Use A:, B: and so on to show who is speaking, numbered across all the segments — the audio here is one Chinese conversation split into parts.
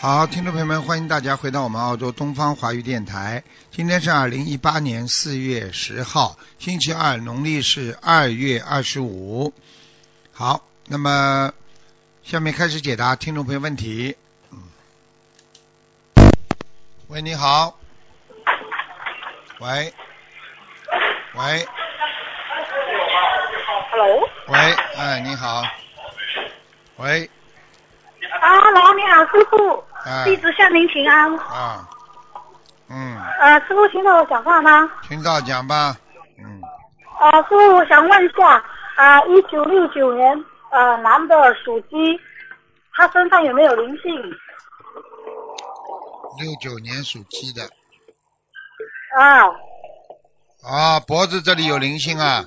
A: 好，听众朋友们，欢迎大家回到我们澳洲东方华语电台。今天是二零一八年四月十号，星期二，农历是二月二十五。好，那么下面开始解答听众朋友问题。嗯喂，你好。喂，喂，
B: Hello。
A: 喂，哎，你好。喂，
B: 啊，老你好，师傅，
A: 哎，
B: 弟子向您请安。
A: 啊，嗯，
B: 呃，师傅，请问我讲话吗？
A: 听到讲吧，嗯，
B: 呃，师傅，我想问一下，啊、1一九六九年，呃，男的属鸡，他身上有没有灵性？
A: 六九年属鸡的，
B: 啊
A: 啊，脖子这里有灵性啊，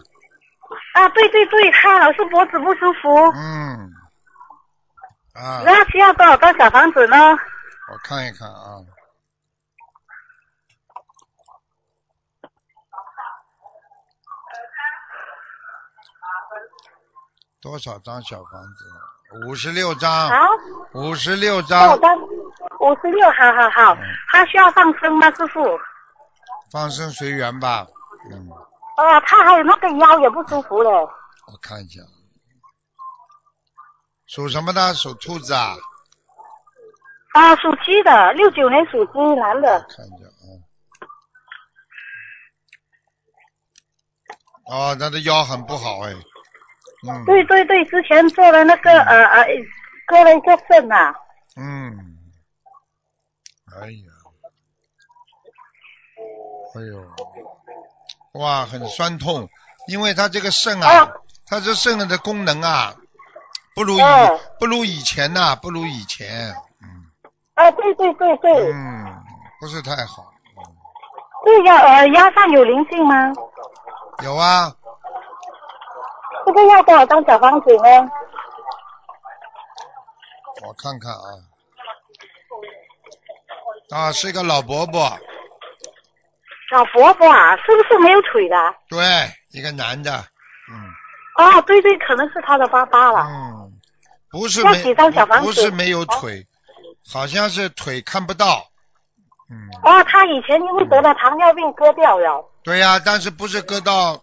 B: 啊，对对对，他老是脖子不舒服。
A: 嗯，啊，
B: 那需要多少张小房子呢？
A: 我看一看啊，多少张小房子？五十六张，
B: 啊，
A: 五十六
B: 多少
A: 张，
B: 张？五十六，好好好。他需要放生吗，师傅？
A: 放生随缘吧。嗯，
B: 哦，他还有那个腰也不舒服嘞。
A: 我看一下，属什么的？属兔子啊？
B: 啊，属鸡的，六九年属鸡，男的。
A: 看一下啊。哦，他的腰很不好哎。嗯。
B: 对对对，之前做了那个呃呃，割了一个肾呐、
A: 嗯，哎呀，哎呦，哇，很酸痛，因为他这个肾啊
B: 啊，
A: 他这肾的功能啊，不如以
B: 嗯
A: 不如以前呐、不如以前，嗯
B: 啊。对对对对，
A: 嗯，不是太好。
B: 这腰呃腰上有灵性吗？
A: 有啊，
B: 这个要多少张小房子呢？
A: 我看看啊，啊，是一个老伯伯，
B: 老伯伯啊，是不是没有腿的？
A: 对，一个男的，嗯。
B: 哦，对对，可能是他的爸爸了。
A: 嗯，不是
B: 要
A: 没
B: 几张小房子
A: 不是没有腿，好像是腿看不到。嗯，
B: 哦，他以前因为得了糖尿病割掉了。
A: 对呀、但是不是割到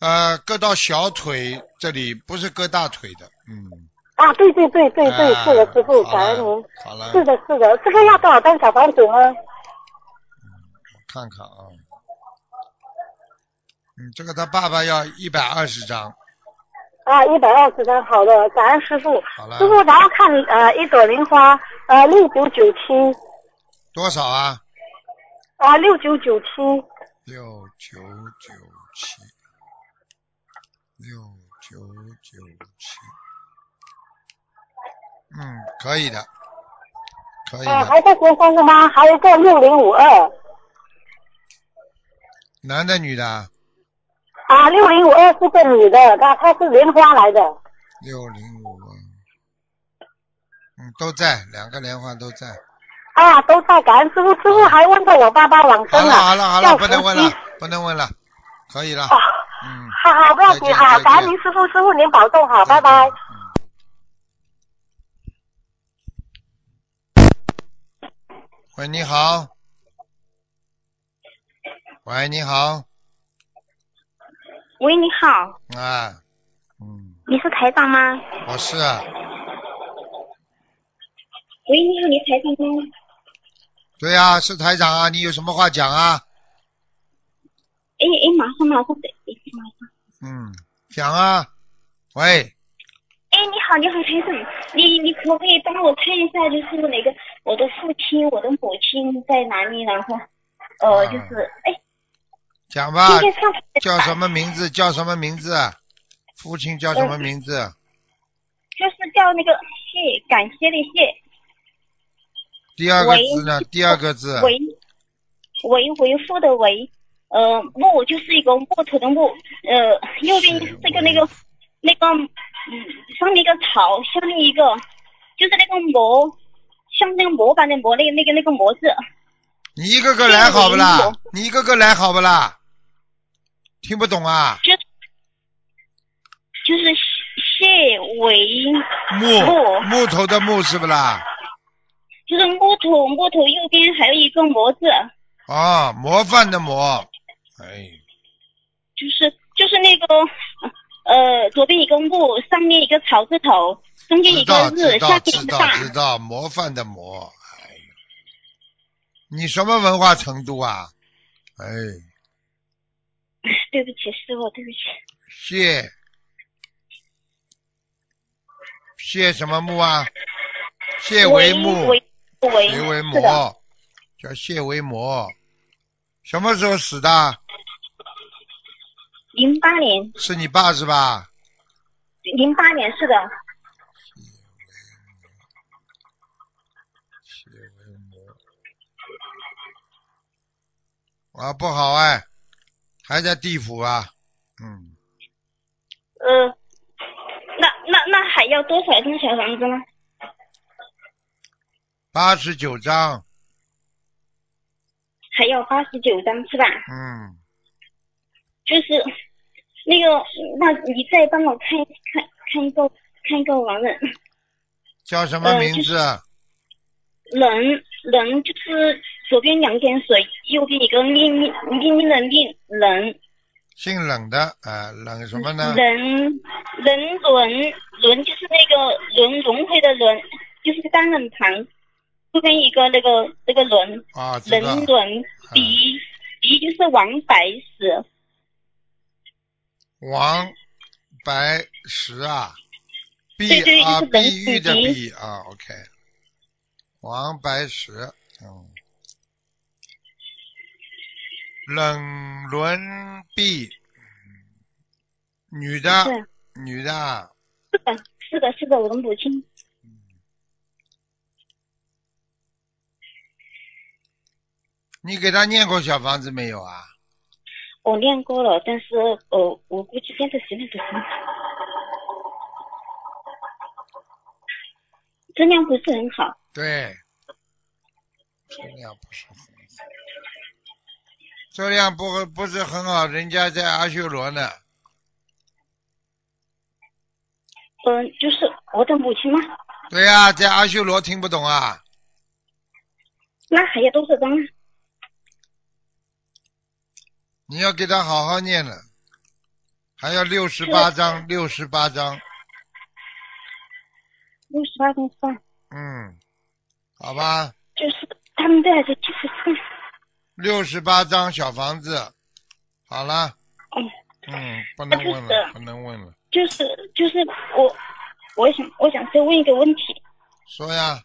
A: 呃割到小腿这里，不是割大腿的。嗯，
B: 啊，对对对对对，
A: 啊
B: 是的，师傅，
A: 好
B: 感
A: 了
B: 恩您。
A: 好了，
B: 是的，是的，这个要多少张小房子呢？
A: 看看啊，嗯，这个他爸爸要一百二十张，
B: 啊，一百二十张，好的，感恩师傅。
A: 好了
B: 师傅，然后看呃一朵莲花，呃六九九七，
A: 多少啊？
B: 啊六九九七。
A: 六九九七，六九九七，嗯，可以的，可以
B: 啊，
A: 的。
B: 还在学生是吗？还有一个六零五二
A: 男的女的啊？
B: 啊，六零五二是个女的，她她是莲花来的。
A: 六零五啊，嗯，都在，两个莲花都在。
B: 啊，都在感恩师傅，师傅还问到我爸爸往
A: 好
B: 生
A: 了好了好了，
B: 叫
A: 不能
B: 福
A: 问
B: 妻
A: 了，不能问了，可以了
B: 啊。，
A: 嗯，
B: 好好不要
A: 再见
B: 紧，好
A: 再，见
B: 感恩您师傅，师傅您保重，好，拜拜。
A: 嗯。喂，你好。喂，你好。
C: 喂，你好，
A: 啊，嗯，
C: 你是台长吗？
A: 我是啊
C: 喂，你好，你是台长吗？
A: 对呀、是台长啊，你有什么话讲啊？
C: 哎哎，马上马上，等一下马上。
A: 嗯，讲啊。喂，
C: 哎，你好，你好，台长，你你可不可以帮我看一下，就是那个我的父亲，我的母亲在哪里？然后，呃，
A: 啊
C: 就是哎，
A: 讲吧
C: 今，天上
A: 叫什？么名字？叫什么名字？啊父亲叫什么名字？
C: 就是叫那个谢，感谢的谢，
A: 第二个字呢？第二个字。啊
C: 维维维护的维，呃，木就是一个木头的木，呃，右边
A: 是
C: 这个那个那个，嗯，上面一个草，下面一个就是那个模，像那个模板的模，那个那个那个模字。
A: 你一个个来好不
C: 这个
A: 啦
C: 名？
A: 你一个个来好不啦？听不懂啊？
C: 就就是谢谢维
A: 木
C: 木
A: 木头的木是不啦？
C: 就是木头木头右边还有一个模字，
A: 啊，模范的模，哎，
C: 就是就是那个呃左边一个木，上面一个草字头，中间一
A: 知
C: 个
A: 道
C: 日
A: 知，
C: 下
A: 道
C: 边
A: 知
C: 一个
A: 道
C: 大。
A: 知道，模范的模，哎，你什么文化程度啊？哎，
C: 对不起，师傅，对不起。
A: 谢谢什么木啊？谢
C: 维
A: 木，
C: 维维
A: 谢维
C: 哎是的，
A: 摩，叫谢维摩，什么时候死的？
C: 零八年，
A: 是你爸是吧？
C: 零八年是的，
A: 谢维摩，啊，不好哎，还在地府啊，嗯，
C: 呃，那那那还要多少张小房子呢？
A: 八十九章，
C: 还要八十九张是吧？
A: 嗯，
C: 就是那个，那你再帮我看看看一个看一个亡人，
A: 叫什么
C: 呃
A: 名
C: 就
A: 字？
C: 人人就是左边两点水，右边一个命令命令的令人
A: 姓冷的啊、呃冷什么呢？
C: 人人轮轮就是那个轮轮回的轮，就是单人旁，右边一个那个那个轮
A: 啊，知
C: 人
A: 道，
C: 轮鼻鼻就是王白石，
A: 王白石啊，碧
C: 对对
A: 啊，
C: 就是本
A: 碧玉的
C: 子集
A: 碧啊，OK，王白石，嗯，冷轮碧，女的，
C: 是
A: 女的啊，
C: 是的，是的，是的，我的母亲。
A: 你给她念过小房子没有啊？
C: 我练过了，但是呃，我估计现在时间不行，质量不是很好。
A: 对，质量不是很好，质量不不是很好，人家在阿修罗呢。
C: 嗯、就是我的母亲嘛，
A: 对呀、在阿修罗听不懂啊。
C: 那还有多少张啊？
A: 你要给他好好念了，还要六十八章，六十八章，
C: 六十八张是吧？
A: 嗯，好吧，
C: 就是他们都还在继续看。
A: 六十八章小房子，好了，
C: 嗯，
A: 嗯，不能问了，
C: 那就是
A: 不能问了，
C: 就是就是我，我想我想再问一个问题，
A: 说呀，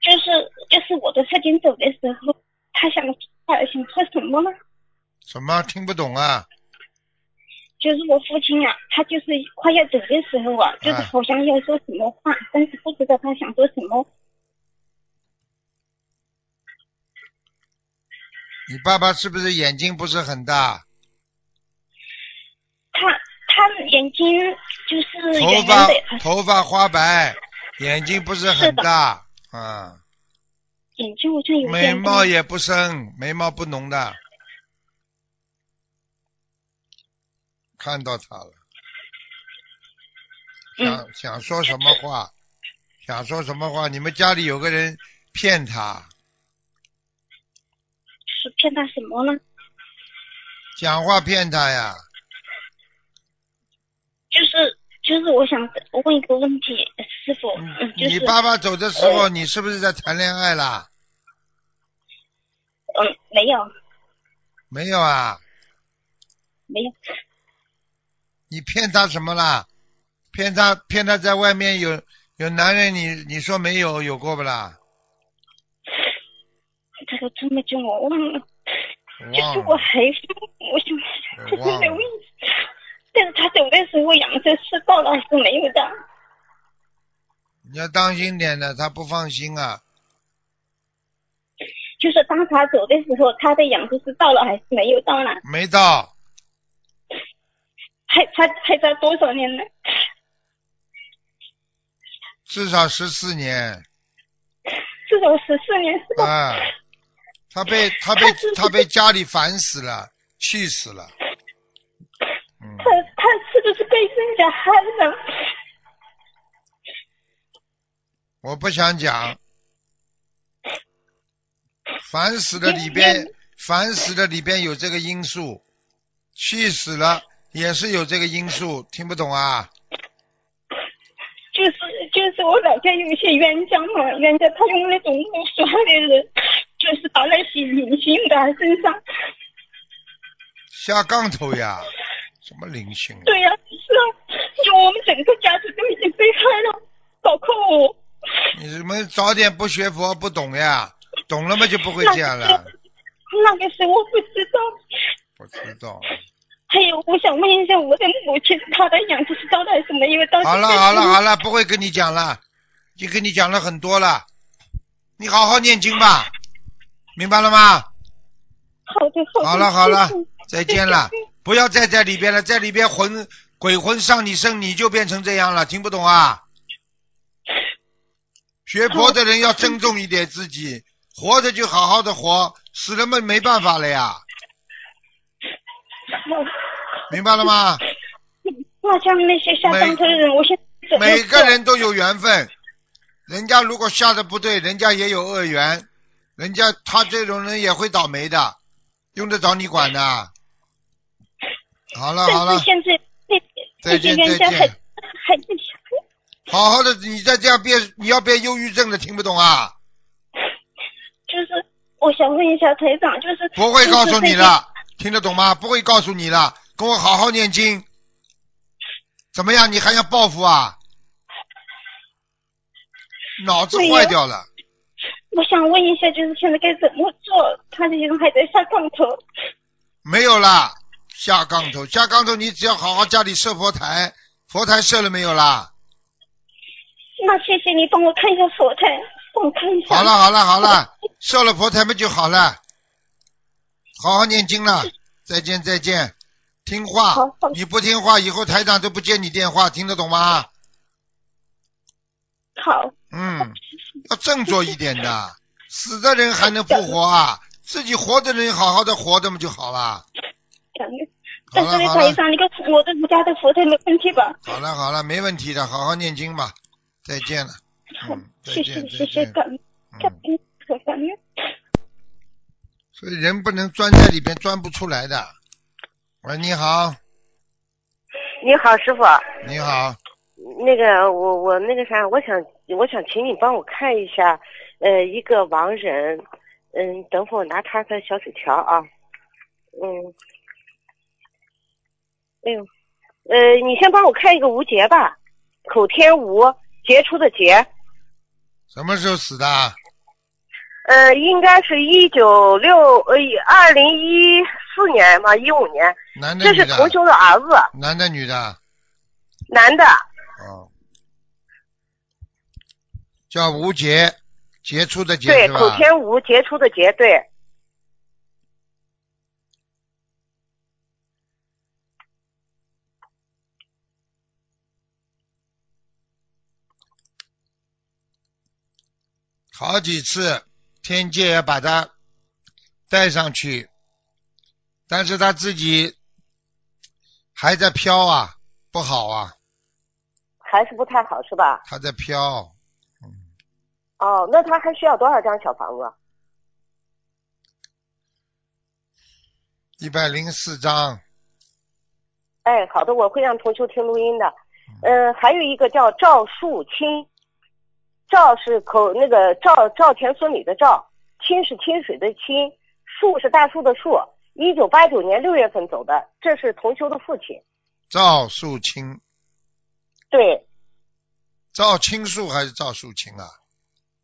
C: 就是就是我的父亲走的时候，他想他想说什么呢？
A: 什么听不懂啊？
C: 就是我父亲啊，他就是快要走的时候
A: 哎
C: 啊，就是好像要说什么话，但是不知道他想说什么。
A: 你爸爸是不是眼睛不是很大，
C: 他他眼睛就是
A: 头
C: 圆圆
A: 发
C: 的，好像
A: 头发花白，眼睛不是很
C: 是的
A: 大，啊、
C: 眼睛好像有
A: 眉
C: 点
A: 毛也不深，眉毛不浓的，看到他了。想、
C: 嗯，
A: 想说什么话，想说什么话？你们家里有个人骗他，
C: 是骗他什么呢？
A: 讲话骗他呀。
C: 就是就是我想问一个问题，师傅，嗯，就
A: 你
C: 是
A: 爸爸走的时候，你是不是在谈恋爱啦？
C: 嗯，没有
A: 没有啊，
C: 没有，
A: 你骗他什么啦？骗他骗他在外面有有男人你，你说没有有过不啦？
C: 这个这么久我忘了，就是
A: 忘
C: 我
A: 了，
C: 还我
A: 我
C: 想
A: 忘了
C: 问，但是他走的时候扬州是到了还是没有的？
A: 你要当心点的，他不放心啊。
C: 就是当他走的时候，他的扬州是到了还是没有到呢？
A: 没到，
C: 还还还差多少年呢？
A: 至少十四年
C: 至少十四年是吧？
A: 啊。他被他被
C: 他是不是
A: 他被家里烦死了，气死了。嗯
C: 他，他是不是被人家害了？
A: 我不想讲，烦死的里边，烦死的里边有这个因素，气死了也是有这个因素，听不懂啊？
C: 就是就是我老家有一些冤家嘛，冤家他用那种污刷的人，就是把那些灵性的啊身上，
A: 下杠头呀，什么灵性啊？
C: 对呀、是啊，就我们整个家族都已经被害了，包括我。
A: 你们早点不学佛不懂呀，懂了嘛就不会这样了。
C: 那个时候我不知道。
A: 我知道。
C: 还有，我想问一下我的母亲，她的养殖是招待什么？因为 当时
A: 好了好了好了，不会跟你讲了，已经跟你讲了很多了，你好好念经吧，明白了吗？
C: 好的好的。
A: 好了好了
C: 谢谢，
A: 再见了，不要再在里边了，在里边魂鬼魂上你身，你就变成这样了，听不懂啊？学佛的人要尊重一点自己，活着就好好的活，死了嘛没办法了呀，明白了吗？
C: 嗯那像那些下江头的人，我现在 怎么
A: 每个人都有缘分，人家如果下的不对，人家也有恶缘，人家他这种人也会倒霉的，用得着你管的？好了好
C: 但
A: 了
C: 是，现在那
A: 再
C: 那
A: 见
C: 些冤家
A: 再
C: 还
A: 见
C: 还在想，
A: 好好的，你再这样变，你要变忧郁症的，听不懂啊？
C: 就是我想问一下台长，就是
A: 不会告诉你
C: 了。
A: 了，听得懂吗？不会告诉你了，跟我好好念经。怎么样？你还要报复啊？脑子坏掉了，
C: 我想问一下，就是现在该怎么做？他这些人还在下杠头，
A: 没有啦，下杠头，下杠头，你只要好好家里设佛台，佛台设了没有啦？
C: 那谢谢你帮我看一下佛台，帮我看一下。
A: 好了，好了好了，设了佛台嘛就好了，好好念经了，再见再见，听话
C: 好好，
A: 你不听话以后台长都不接你电话，听得懂吗？
C: 好，
A: 嗯，要振作一点的，死的人还能复活啊，自己活的人好好的活着嘛就好啦。
C: 感恩。
A: 好
C: 但
A: 了
C: 是那
A: 好
C: 台
A: 了
C: 长，你跟我的我家的佛台没问题吧？
A: 好了好了，没问题的，好好念经吧。再见了，
C: 好
A: 嗯，，再
C: 谢谢
A: 见
C: 谢
A: 再
C: 谢
A: 见。
C: 感恩感
A: 嗯，
C: 恩感恩。
A: 所以人不能钻在里边钻不出来的。喂，你好，
B: 你好，师傅。
A: 你好，
B: 那个，我我那个啥，我想我想请你帮我看一下，呃，一个亡人，嗯，等会儿我拿他的小纸条啊，嗯，哎呦，呃，你先帮我看一个吴杰吧，口天吴，杰出的杰，
A: 什么时候死的啊？
B: 呃，应该是一九六呃二零一四年吧，一五年，
A: 男嗯的
B: 这
A: 女
B: 是同
A: 的？
B: 修的儿子，
A: 男的女的？
B: 男的，
A: 哦，叫吴杰，杰出的杰
B: 对，
A: 是吧？
B: 口天吴，杰出的杰，对。
A: 好几次，天界要把他带上去，但是他自己还在飘啊，不好啊，
B: 还是不太好，是吧？
A: 他在飘，
B: 哦，那他还需要多少张小房子？
A: 一百零四章，
B: 哎，好的，我会让同修听录音的。嗯、还有一个叫赵树清，赵是口那个赵赵钱孙李的赵，清是清水的清，树是大树的树。一九八九年六月份走的，这是同修的父亲。
A: 赵树清，
B: 对，
A: 赵青树还是赵树清啊？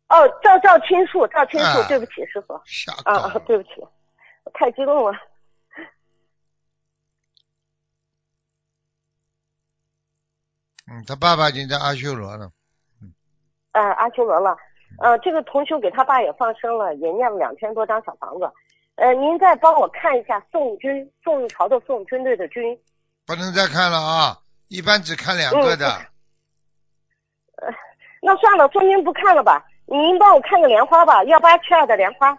B: 哦，赵赵青树，赵青树，
A: 啊
B: 对不起，师傅，
A: 吓
B: 啊
A: 到
B: 啊，
A: 了，
B: 对不起，我太激动了。
A: 嗯，他爸爸已经在阿修罗了，
B: 呃，阿修罗了。呃，这个同修给他爸也放生了，也念了两千多张小房子。呃，您再帮我看一下宋军，宋朝的宋，军队的军。
A: 不能再看了啊，一般只看两个
B: 嗯
A: 的，
B: 那算了，宋军不看了吧？您帮我看个莲花吧，幺八七二的莲花，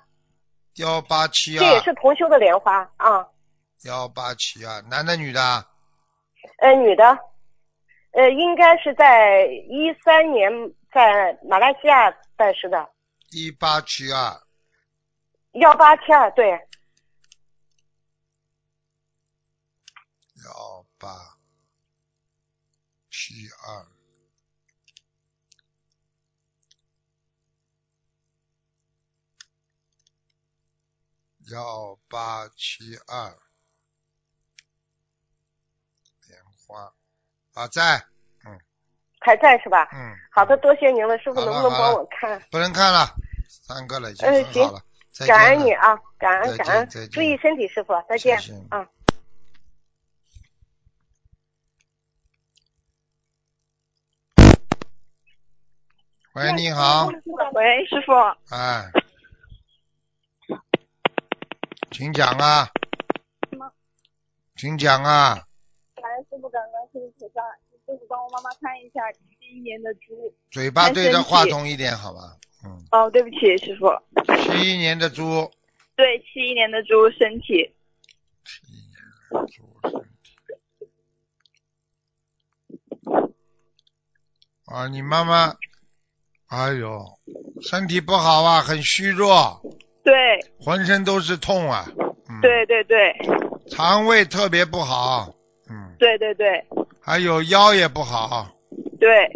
A: 幺八七
B: 这也
A: 二
B: 是，同修的莲花啊。
A: 幺八七二，男的女的啊？
B: 呃，女的，呃，应该是在一三年在马来西亚拜师的。
A: 一八七二，
B: 幺八七二，对，
A: 幺八七二。幺八七二，莲花啊，在，
B: 还在是吧？
A: 嗯，
B: 好的，多谢您了，师傅
A: 好
B: 能
A: 了
B: 不能
A: 好
B: 帮
A: 了
B: 我看？
A: 不能看了，三个了，已经
B: 嗯
A: 很
B: 行
A: 好了，再见
B: 感恩
A: 了
B: 你啊，
A: 再
B: 感
A: 见
B: 恩感恩
A: 再见，
B: 注意身体，师傅，再见
A: 谢谢
B: 啊。
A: 喂，你好，
D: 喂，师傅，
A: 哎，请讲啊，请讲啊，
D: 感恩师傅，感恩师傅菩萨，你就是帮我妈妈看一下第一年的猪。
A: 嘴巴
D: 看
A: 对着
D: 身
A: 话
D: 体
A: 筒一点好吗？嗯，
D: 哦，对不起，师傅。
A: 七一年的猪，
D: 对，七一年的猪身体。
A: 七一年的猪身体。啊，你妈妈，哎呦，身体不好啊，很虚弱，
D: 对，
A: 浑身都是痛啊，嗯，
D: 对对对，
A: 肠胃特别不好，嗯，
D: 对对对
A: 还有腰也不好，
D: 对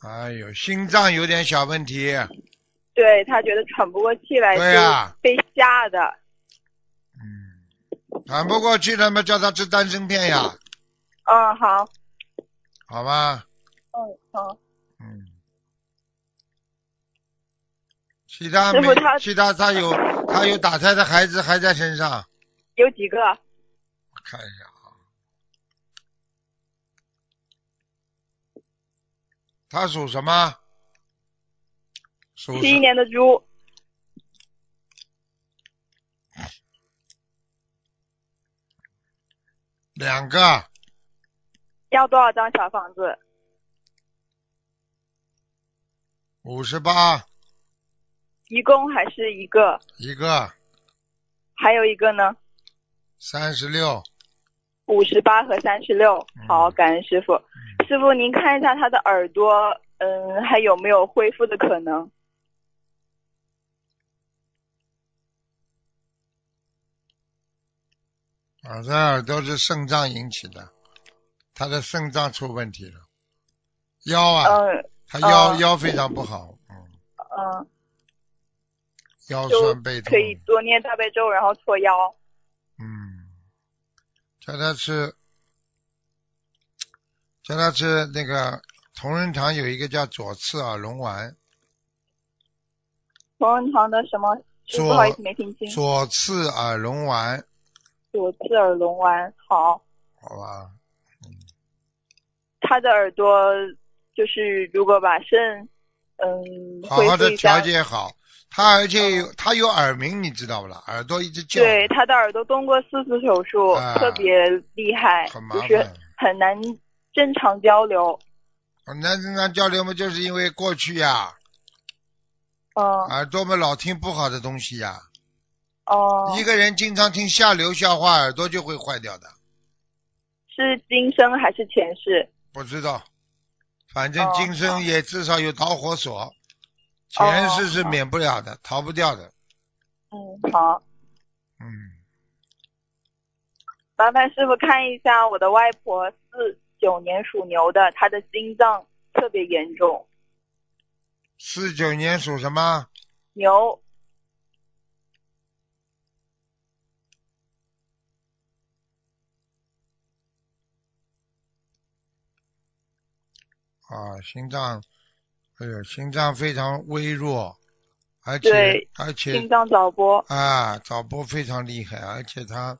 A: 哎呦，心脏有点小问题，
D: 对，他觉得喘不过气来，
A: 对啊呀
D: 就被吓的。
A: 嗯，喘不过去了嘛，叫他吃丹参片呀，
D: 嗯，好，
A: 好吗？
D: 嗯好，
A: 嗯，其他
D: 师
A: 没
D: 傅他，
A: 其他他有他有打胎的孩子还在身上，
D: 有几个？
A: 我看一下啊，他属什么？属
D: 七一
A: 什
D: 年的猪。
A: 两个，
D: 要多少张小房子？
A: 五十八
D: 一共还是一个？
A: 一个，
D: 还有一个呢？
A: 三十六，
D: 五十八和三十六。
A: 嗯
D: 好，感恩师傅。师傅，您看一下他的耳朵，嗯，还有没有恢复的可能？
A: 耳塞耳啊都是肾脏引起的，他的肾脏出问题了，腰啊，
D: 嗯
A: 他腰
D: 哦
A: 腰非常不好，嗯，
D: 嗯，
A: 腰
D: 就
A: 酸背痛
D: 可，以多念大悲咒，然后搓腰。
A: 嗯，叫他吃，叫他吃那个同仁堂有一个叫左次耳聋丸，
D: 同仁堂的什么？师傅
A: 左
D: 不好意思，没听清。
A: 左次耳聋丸，
D: 左侧耳聋丸。好，
A: 好吧，
D: 他的耳朵就是如果把肾，嗯，
A: 好
D: 恢
A: 好
D: 复
A: 的
D: 一
A: 调
D: 下。
A: 节好。他而且有他有耳鸣，你知道不啦？耳朵一直叫，
D: 对，他的耳朵动过四次手术，
A: 啊
D: 特别厉害，
A: 很麻
D: 就是
A: 烦。
D: 很难正常交流。
A: 我们正常交流嘛，就是因为过去呀、
D: 嗯，
A: 耳朵嘛老听不好的东西呀、
D: 哦
A: 一，个人经常听下流笑话，耳朵就会坏掉的。
D: 是今生还是前世？
A: 不知道，反正
D: 哦
A: 今
D: 好哦
A: 生也至少有导火索，前世是免不了的，逃不掉的。
D: 嗯，好，
A: 嗯，
D: 麻烦师傅看一下我的外婆，四九年属牛的，她的心脏特别严重，
A: 四九年属什么？
D: 牛，
A: 啊，心脏，哎呦，心脏非常微弱，而且
D: 对
A: 而且
D: 心脏早搏，
A: 啊，早搏非常厉害，而且他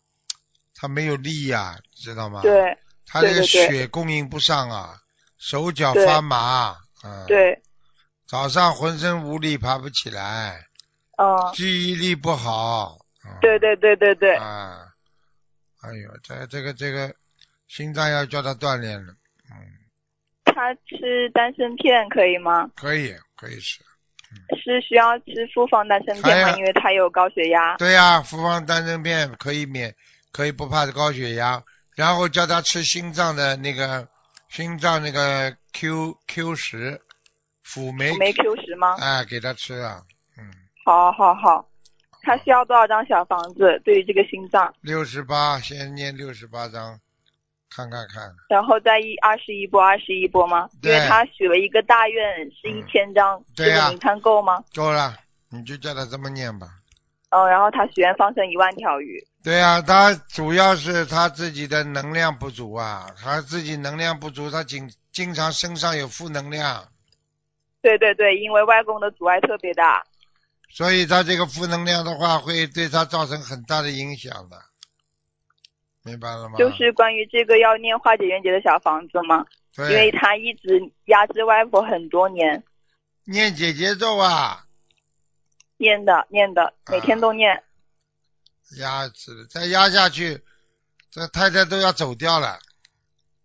A: 他没有力呀、知道吗？。
D: 对
A: 他这个
D: 对对对
A: 血供应不上啊，手脚
D: 对
A: 发麻，嗯，，
D: 对，
A: 早上浑身无力，爬不起来，
D: 嗯，
A: 记忆力不好，嗯、
D: 对对对对对，
A: 啊，哎呦，这这个这个心脏要叫他锻炼了，
D: 她吃丹参片可以吗？
A: 可以可以吃，
D: 是需要吃复方丹参片
A: 嗯哎
D: 吗？
A: 呀
D: 因为她有高血压。
A: 对呀、复方丹参片可以免，可以不怕高血压，然后叫他吃心脏的那个心脏那个 Q Q 十辅酶哎
D: 辅酶 Q 十吗？
A: 啊哎，给他吃啊，嗯，
D: 好好好，他需要多少张小房子？对于这个心脏，
A: 六十八，先念六十八章，看看看。
D: 然后再一二十一波，二十一波吗？因
A: 对嗯
D: 为他许了一个大愿是一千张，
A: 对呀
D: 师傅你看够吗？
A: 够了，你就叫他这么念吧。
D: 嗯，然后他许愿放生一万条鱼。
A: 对呀、他主要是他自己的能量不足啊，他自己能量不足，他经经常身上有负能量，
D: 对对对，因为外公的阻碍特别大。
A: 所以他这个负能量的话，会对他造成很大的影响的，明白了吗？
D: 就是关于这个要念化解冤结的小房子吗？因为
A: 对，
D: 他一直压制外婆很多年，
A: 念姐姐咒啊，
D: 念的念的，每天都念。
A: 压死了，再压下去，这太太都要走掉了，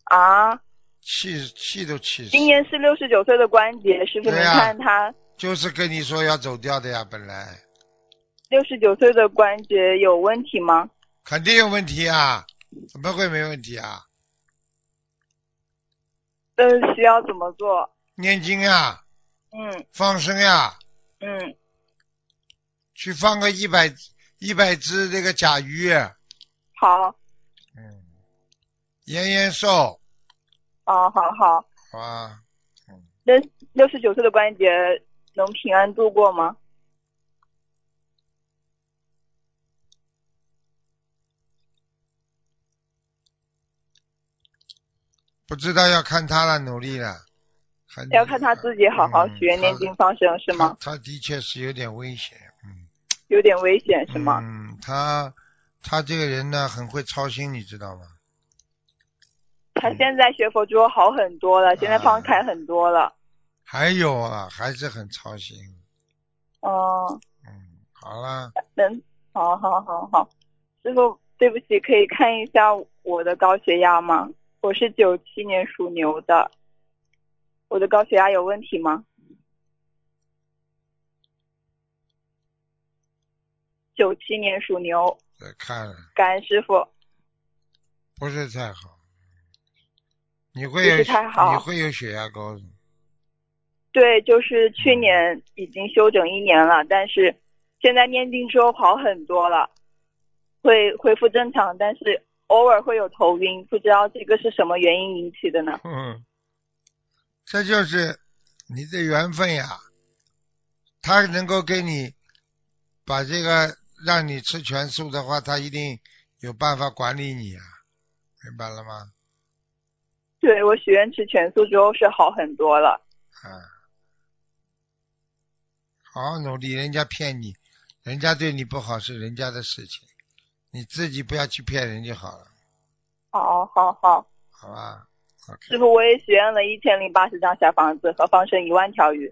D: 啊，
A: 气气都气死。
D: 今年是六十九岁的关节，师傅，
A: 对
D: 您
A: 呀
D: 看他
A: 就是跟你说要走掉的呀，本来
D: 六十九岁的关节有问题吗？
A: 肯定有问题啊，怎么会没问题啊？
D: 这需要怎么做？
A: 念经啊，
D: 嗯
A: 放生呀、
D: 嗯，
A: 去放个一百一百只这个甲鱼，
D: 好，
A: 嗯，延延寿
D: 哦，好好。
A: 啊，
D: 那六十九岁的关节能平安度过吗？
A: 不知道要看他了，努力了，很
D: 要看他自己好好许愿、
A: 嗯
D: 念经、放生是吗？
A: 他？他的确是有点危险，嗯，
D: 有点危险是吗？
A: 嗯，他他这个人呢，很会操心，你知道吗？
D: 他现在学佛之后好很多了，
A: 嗯
D: 现在放开很多了。
A: 还有啊，还是很操心，
D: 哦，
A: 嗯，好了，
D: 能，好好好好。师傅，对不起，可以看一下我的高血压吗？我是九七年属牛的，我的高血压有问题吗？九七年属牛，
A: 再看了，
D: 感恩师傅。
A: 不是太好，你会有
D: 不是太好
A: 你会有血压高的。
D: 对，就是去年已经休整一年了，但是现在念经之后好很多了，会恢复正常，但是偶尔会有头晕，不知道这个是什么原因引起的呢？
A: 嗯，这就是你的缘分呀。他能够给你把这个让你吃全素的话，他一定有办法管理你啊，明白了吗？
D: 对我许愿吃全素之后是好很多了，
A: 啊，好好努力，人家骗你，人家对你不好是人家的事情，你自己不要去骗人就好了，
D: 好哦好好，
A: 好吧？OK，
D: 师傅我也许愿了一千零八十张小房子和放生一万条鱼，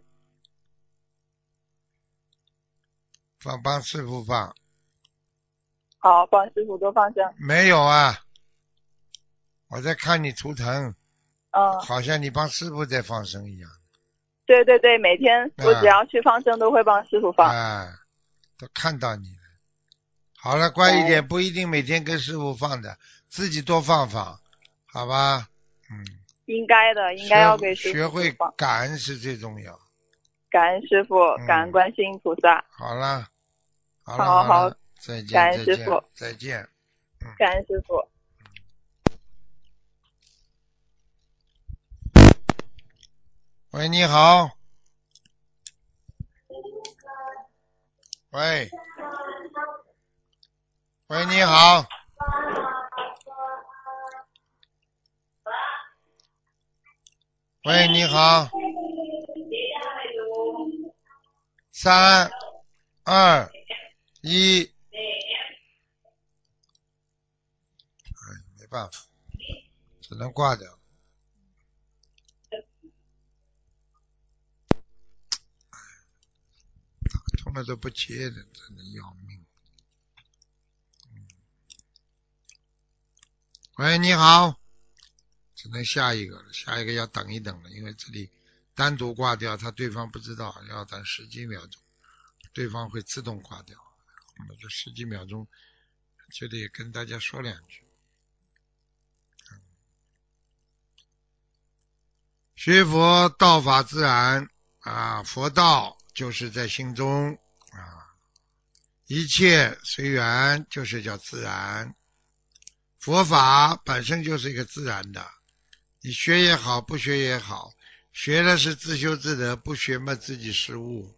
A: 放帮师傅放，
D: 好帮师傅多放生，
A: 没有啊？我在看你图腾。
D: 嗯，
A: 好像你帮师傅在放生一样，
D: 对对对，每天我
A: 嗯
D: 只要去放生都会帮师傅放，
A: 哎，都看到你了。好了，乖一
D: 哎
A: 点，不一定每天跟师傅放的，自己多放放，好吧？嗯，
D: 应该的，应该要
A: 学
D: 给师
A: 学
D: 傅
A: 会
D: 放。
A: 感恩是最重要。
D: 感恩师傅，
A: 嗯
D: 感恩观世音菩萨，
A: 好了，好了，
D: 好好
A: 了，再见，
D: 感恩
A: 再
D: 师
A: 见
D: 傅，
A: 再见。
D: 感恩师傅。
A: 喂，你好。喂，喂，你好。喂，你好。三、二、一。哎，没办法，只能挂掉。通了都不接的，真的要命。嗯喂，你好，只能下一个了，下一个要等一等了，因为这里单独挂掉，他对方不知道，要等十几秒钟，对方会自动挂掉。那这十几秒钟就得跟大家说两句。嗯嗯学佛道法自然，啊，佛道就是在心中啊，一切随缘就是叫自然。佛法本身就是一个自然的，你学也好，不学也好，学了是自修自得，不学嘛自己失误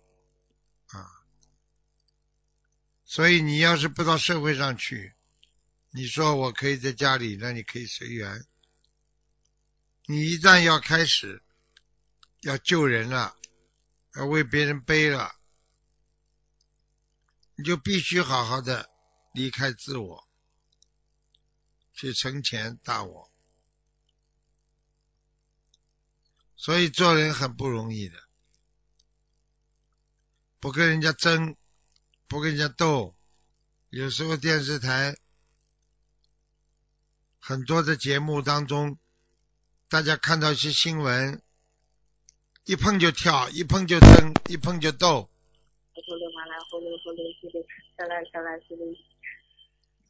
A: 啊。所以你要是不到社会上去，你说我可以在家里，那你可以随缘。你一旦要开始要救人了，要为别人背了，你就必须好好的离开自我。去成全大我，所以做人很不容易的，不跟人家争，不跟人家斗。有时候电视台很多的节目当中，大家看到一些新闻，一碰就跳，一碰就争，一碰就斗。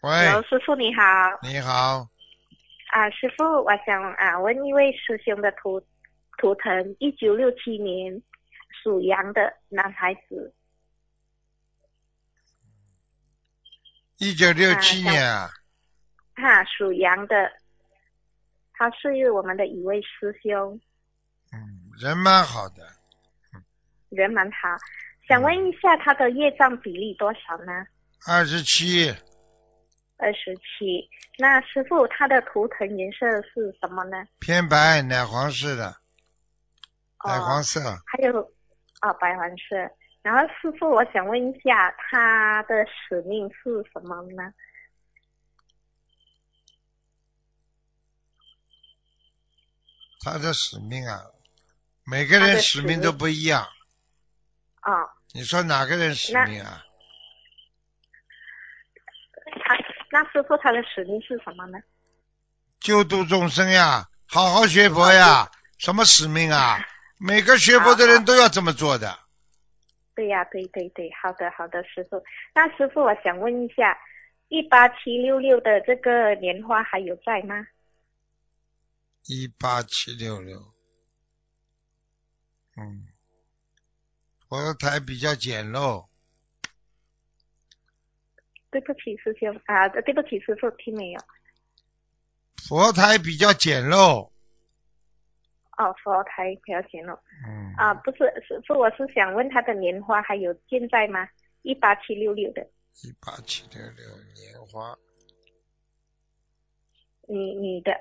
A: 喂，
E: 刘师傅你好，
A: 你好，
E: 啊，师傅，我想啊问一位师兄的图图腾，一九六七年属羊的男孩子，
A: 一九六七
E: 啊
A: 年啊，
E: 哈、属羊的，他是我们的一位师兄，
A: 嗯，人蛮好的。
E: 人蛮好，想问一下他的业障比例多少呢？
A: 二十七，
E: 二十七。那师傅他的图腾颜色是什么呢？
A: 偏白奶黄色的，
E: 哦
A: 奶黄色，
E: 还有啊、白黄色。然后师傅，我想问一下，他的使命是什么呢？
A: 他的使命啊，每个人使命都不一样。
E: 啊、
A: 你说哪个人使命啊？
E: 他那师傅他的使命是什么呢？
A: 救度众生呀，好好学佛呀，什么使命啊？每个学佛的人都要这么做的。
E: 对呀、对对对，好的好的，师傅。那师傅，我想问一下，一八七六六的这个莲花还有在吗？
A: 一八七六六，嗯，佛台比较简陋，
E: 对不起，师兄啊，对不起，师傅，听没有？
A: 佛台比较简陋，
E: 哦，佛台不要紧了
A: 嗯，
E: 啊，不是师傅，我是想问他的莲花还有健在吗？一八七六六的，
A: 一八七六六莲花。
E: 你你的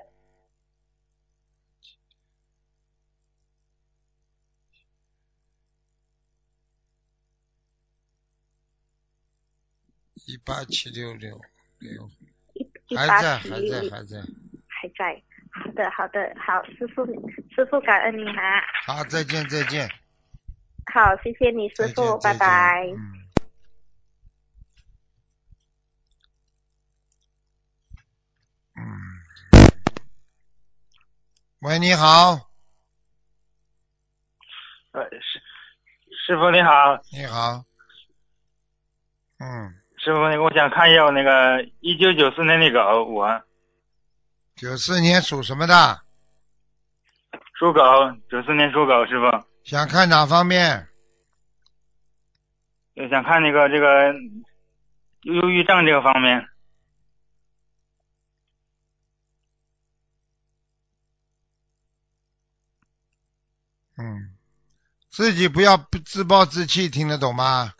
A: 一八七六六六，
E: 一一
A: 还
E: 八
A: 在
E: 七
A: 还
E: 六
A: 在
E: 六
A: 还在。
E: 还在。好的好的，好，师傅师傅感恩您啊，
A: 好，再见再见，
E: 好，谢谢你师
A: 再见
E: 傅，拜
A: 再见
E: 拜。
A: 嗯。嗯。喂，你好，
F: 呃，师师傅你好，
A: 你好。嗯，
F: 师傅，我想看一下我那个一九九四年的狗，我
A: 九四年属什么的？
F: 属狗，九四年属狗，师傅，
A: 想看哪方面？
F: 就想看那个这个忧郁症这个方面，
A: 嗯，自己不要不自暴自弃，听得懂吗？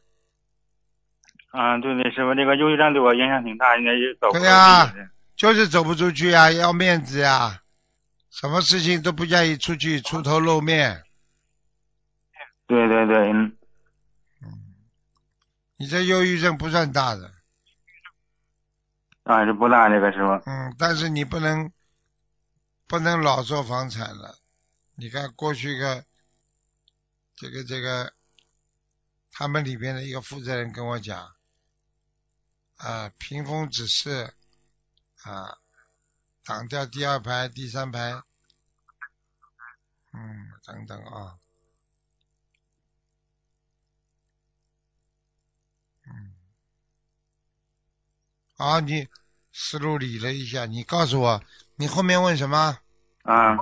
F: 啊，对对，师傅，这个忧郁症对我影响挺大，应该也走不
A: 对呀
F: 出去的
A: 就是走不出去啊，要面子呀、什么事情都不愿意出去出头露面。
F: 对对对，嗯，
A: 你这忧郁症不算大的，
F: 啊，这不大这个师傅，
A: 嗯，但是你不能不能老做房产了。你看过去一个这个这个，他们里边的一个负责人跟我讲，啊，屏风只是啊挡掉第二排、第三排，嗯，等等啊、嗯，啊，你思路理了一下，你告诉我，你后面问什么？
F: 啊，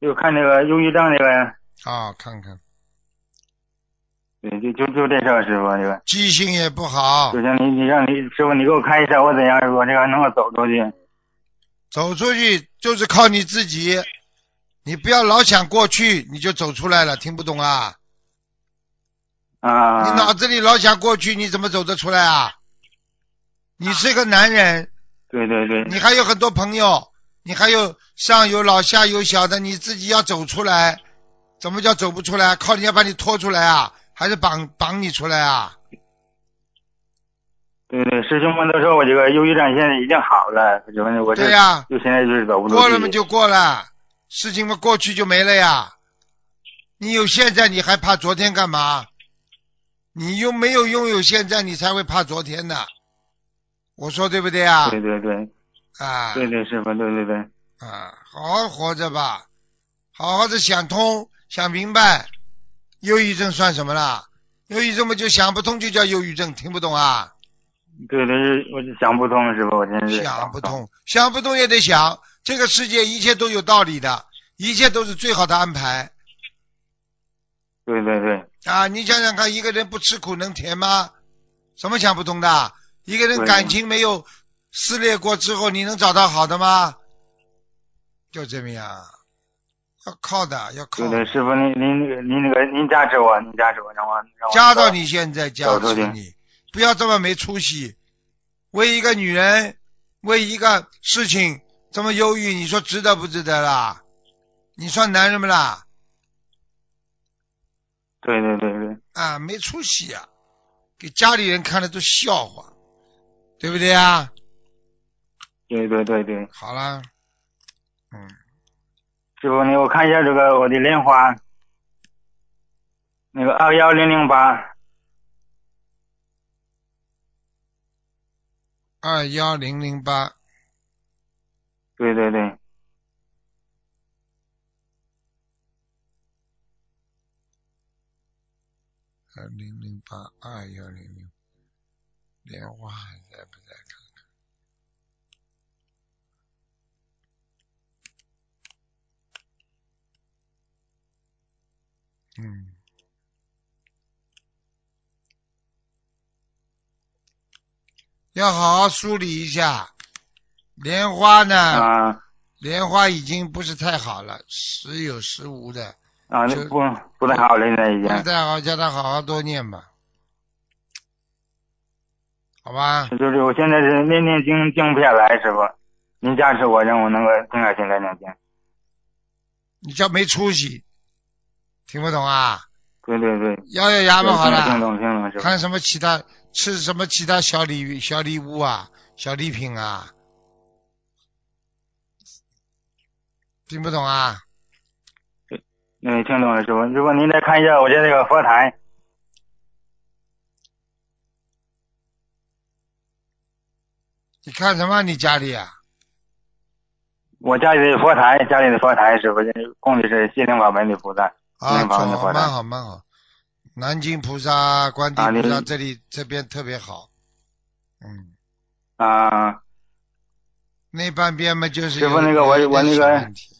F: 就看这个忧郁症这个
A: 啊，看看，
F: 就对，就就就这事儿，师傅，这个
A: 记性也不好
F: 就，像你你让你师傅你给我看一下我怎样，我这个还能够走出去。
A: 走出去就是靠你自己，你不要老想过去，你就走出来了。听不懂啊？
F: 啊，
A: 你脑子里老想过去，你怎么走得出来啊？你是个男人，
F: 对对对，
A: 你还有很多朋友，你还有上有老下有小的，你自己要走出来，怎么叫走不出来？靠人家把你拖出来啊，还是绑绑你出来啊？
F: 对对，师兄们都说我这个忧郁症现在已经好了，我这我这
A: 对呀
F: 就现在就是走不出去。
A: 过了嘛就过了，事情嘛过去就没了呀。你有现在，你还怕昨天干嘛？你又没有拥有现在，你才会怕昨天呢。我说对不对啊？
F: 对对对
A: 啊，
F: 对对，师傅，对对对，
A: 啊，好好活着吧，好好的想通、想明白。忧郁症算什么啦？忧郁症嘛，就想不通，就叫忧郁症，听不懂啊？
F: 对对，我就想不通，师傅，我真是
A: 想不。通，想不通也得想。这个世界一切都有道理的，一切都是最好的安排
F: 对对对
A: 啊！你想想看，一个人不吃苦能甜吗？什么想不通的？一个人
F: 对
A: 感情没有撕裂过之后，你能找到好的吗？就这么样，要靠的，要靠
F: 对对，师傅，您您那个您那个您加持我，您加持我，让我让我
A: 加到你现在加
F: 找
A: 持
F: 出去
A: 你，不要这么没出息。为一个女人，为一个事情这么忧郁，你说值得不值得啦？你算男人不啦？
F: 对对对对
A: 啊，没出息啊，给家里人看了都笑话，对不对啊？
F: 对对对对，
A: 好啦，嗯，
F: 师傅，你给我看一下这个我的莲花，那个二幺零零八，
A: 二幺零零八，
F: 对对对，
A: 二零零八，二幺零零，莲花还在不在？看看。嗯，要好好梳理一下。莲花呢？
F: 啊
A: 莲花已经不是太好了，时有时无的。
F: 啊，
A: 就
F: 那不不太好了，现在已经
A: 那，再好，叫他好好多念吧，好吧？
F: 就是我现在是念念经静不下来，师傅，您加持我，让我能够静下心来念经。
A: 你叫没出息，听不懂啊？
F: 对对对，
A: 咬咬牙
F: 听
A: 嘛，好
F: 懂嗯听
A: 了，
F: 懂听懂，师傅。
A: 看什么其他吃什么其他小礼小礼物啊，小礼品啊，听不懂啊？
F: 嗯，听懂了，师傅。如果您再看一下我家这个佛台，
A: 你看什么？你家里啊？
F: 我家里的佛台，家里的佛台，师傅供的是心灵法门的菩萨。
A: 啊，
F: 明白明
A: 好，
F: 白
A: 蛮好，蛮好。南京菩萨、观地
F: 啊
A: 菩萨
F: 您
A: 这里这边特别好，嗯。
F: 啊，
A: 那半边嘛，就是
F: 师傅
A: 有
F: 那个我
A: 有一
F: 我
A: 点
F: 那
A: 小
F: 个
A: 问题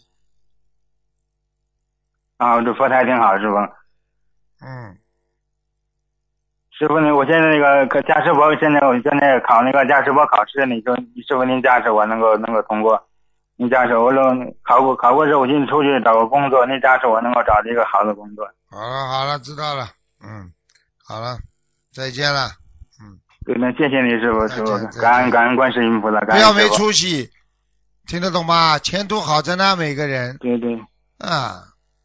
F: 啊，这佛台挺好，师傅。
A: 嗯，
F: 师傅呢，我现在那个可加持我，现在我现在考那个加持我考试，你说师傅您加持我能够能够通过，您加持我能考过考过之后，我进出去找个工作，您加持我能够找到一个好的工作。
A: 好了好了，知道了，嗯，好了，再见了，
F: 对，那谢谢你师傅，师
A: 再见再
F: 傅，
A: 见
F: 感恩感恩观世音菩萨，
A: 不
F: 感
A: 要
F: 恩
A: 没
F: 师傅。
A: 出息，听得懂吗？前途好着呢，每个人
F: 对对。
A: 啊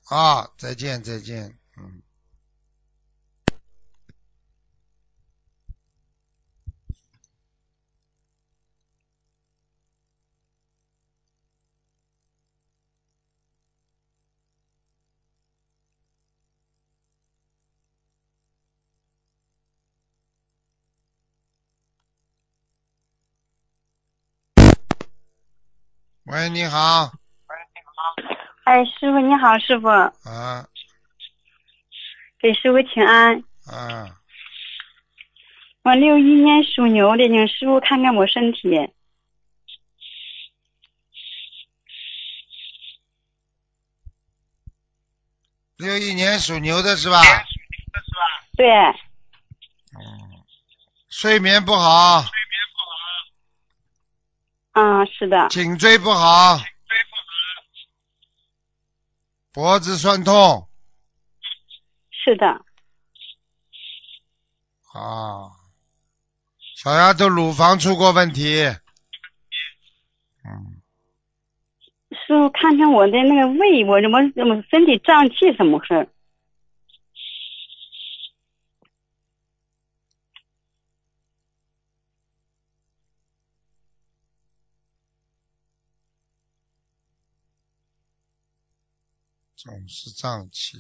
A: 啊，再见再见，嗯。喂，你好，
G: 哎，师傅你好，师傅
A: 啊
G: 给师傅请安。
A: 啊，
G: 我六一年属牛的，请师傅看看我身体。
A: 六一年属牛的是吧？
G: 对，
A: 睡眠不好，
G: 嗯，是的，
A: 颈椎不好，脖子酸痛
G: 是的，
A: 啊，小丫头乳房出过问题，嗯，
G: 师傅看看我的那个胃，我怎么怎么身体胀气什么事儿？
A: 总是胀气，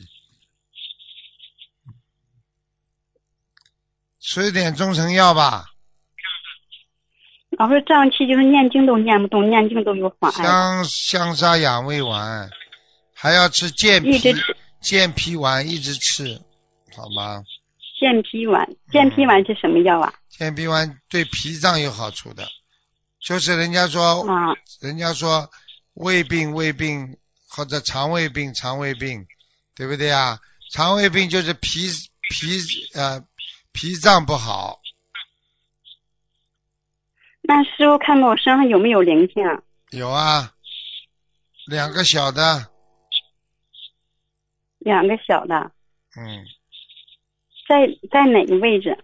A: 吃点中成药吧，
G: 老是胀气，就是念经都念不动，念经都有妨碍，
A: 香香砂养胃丸，还要吃健
G: 一直
A: 脾
G: 吃
A: 健脾丸，一直吃，好吗？
G: 健脾丸，健脾丸是什么药啊？
A: 健脾丸对脾脏有好处的，就是人家说
C: 嗯
G: 啊，
A: 人家说胃病、胃病或者肠胃病、肠胃病，对不对啊？肠胃病就是脾脾呃脾脏不好，
G: 那师傅看看我身上有没有灵性啊？
A: 有啊，两个小的，
G: 两个小的，
A: 嗯，
G: 在在哪个位置？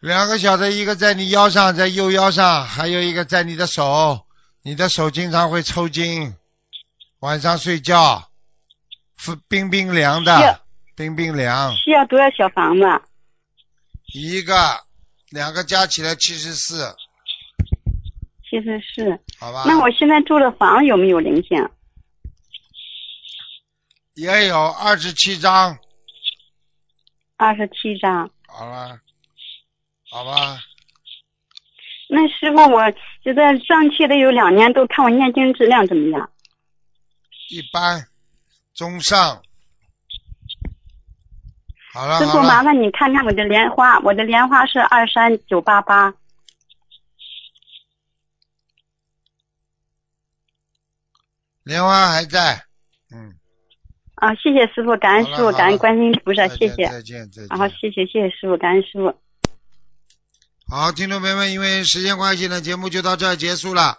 A: 两个小的，一个在你腰上，在右腰上，还有一个在你的手，你的手经常会抽筋，晚上睡觉，是冰冰凉的
G: 呀，
A: 冰冰凉，
G: 需要多少小房子？
A: 一个，两个加起来七十四，
G: 其实是，
A: 好吧？
G: 那我现在住的房有没啊有灵性？
A: 也有二十七张，
G: 二十七张。
A: 好吧，好吧，
G: 那师傅，我觉得胀气的有两年多，看我念经质量怎么样？
A: 一般，中上，啊好了
G: 师
A: 好
G: 傅，麻
A: 了，
G: 烦你看看我的莲花，我的莲花是二三九八八，
A: 莲花还在，嗯，
G: 啊，谢谢师傅，感恩
A: 好了
G: 师傅，
A: 好
G: 感
A: 了
G: 恩观世音菩萨，
A: 再
G: 谢
A: 见
G: 谢，
A: 再见再
G: 然后
A: 见。
G: 谢谢谢谢师傅，感恩师傅。
A: 好，听众朋友们，因为时间关系呢，节目就到这儿结束了，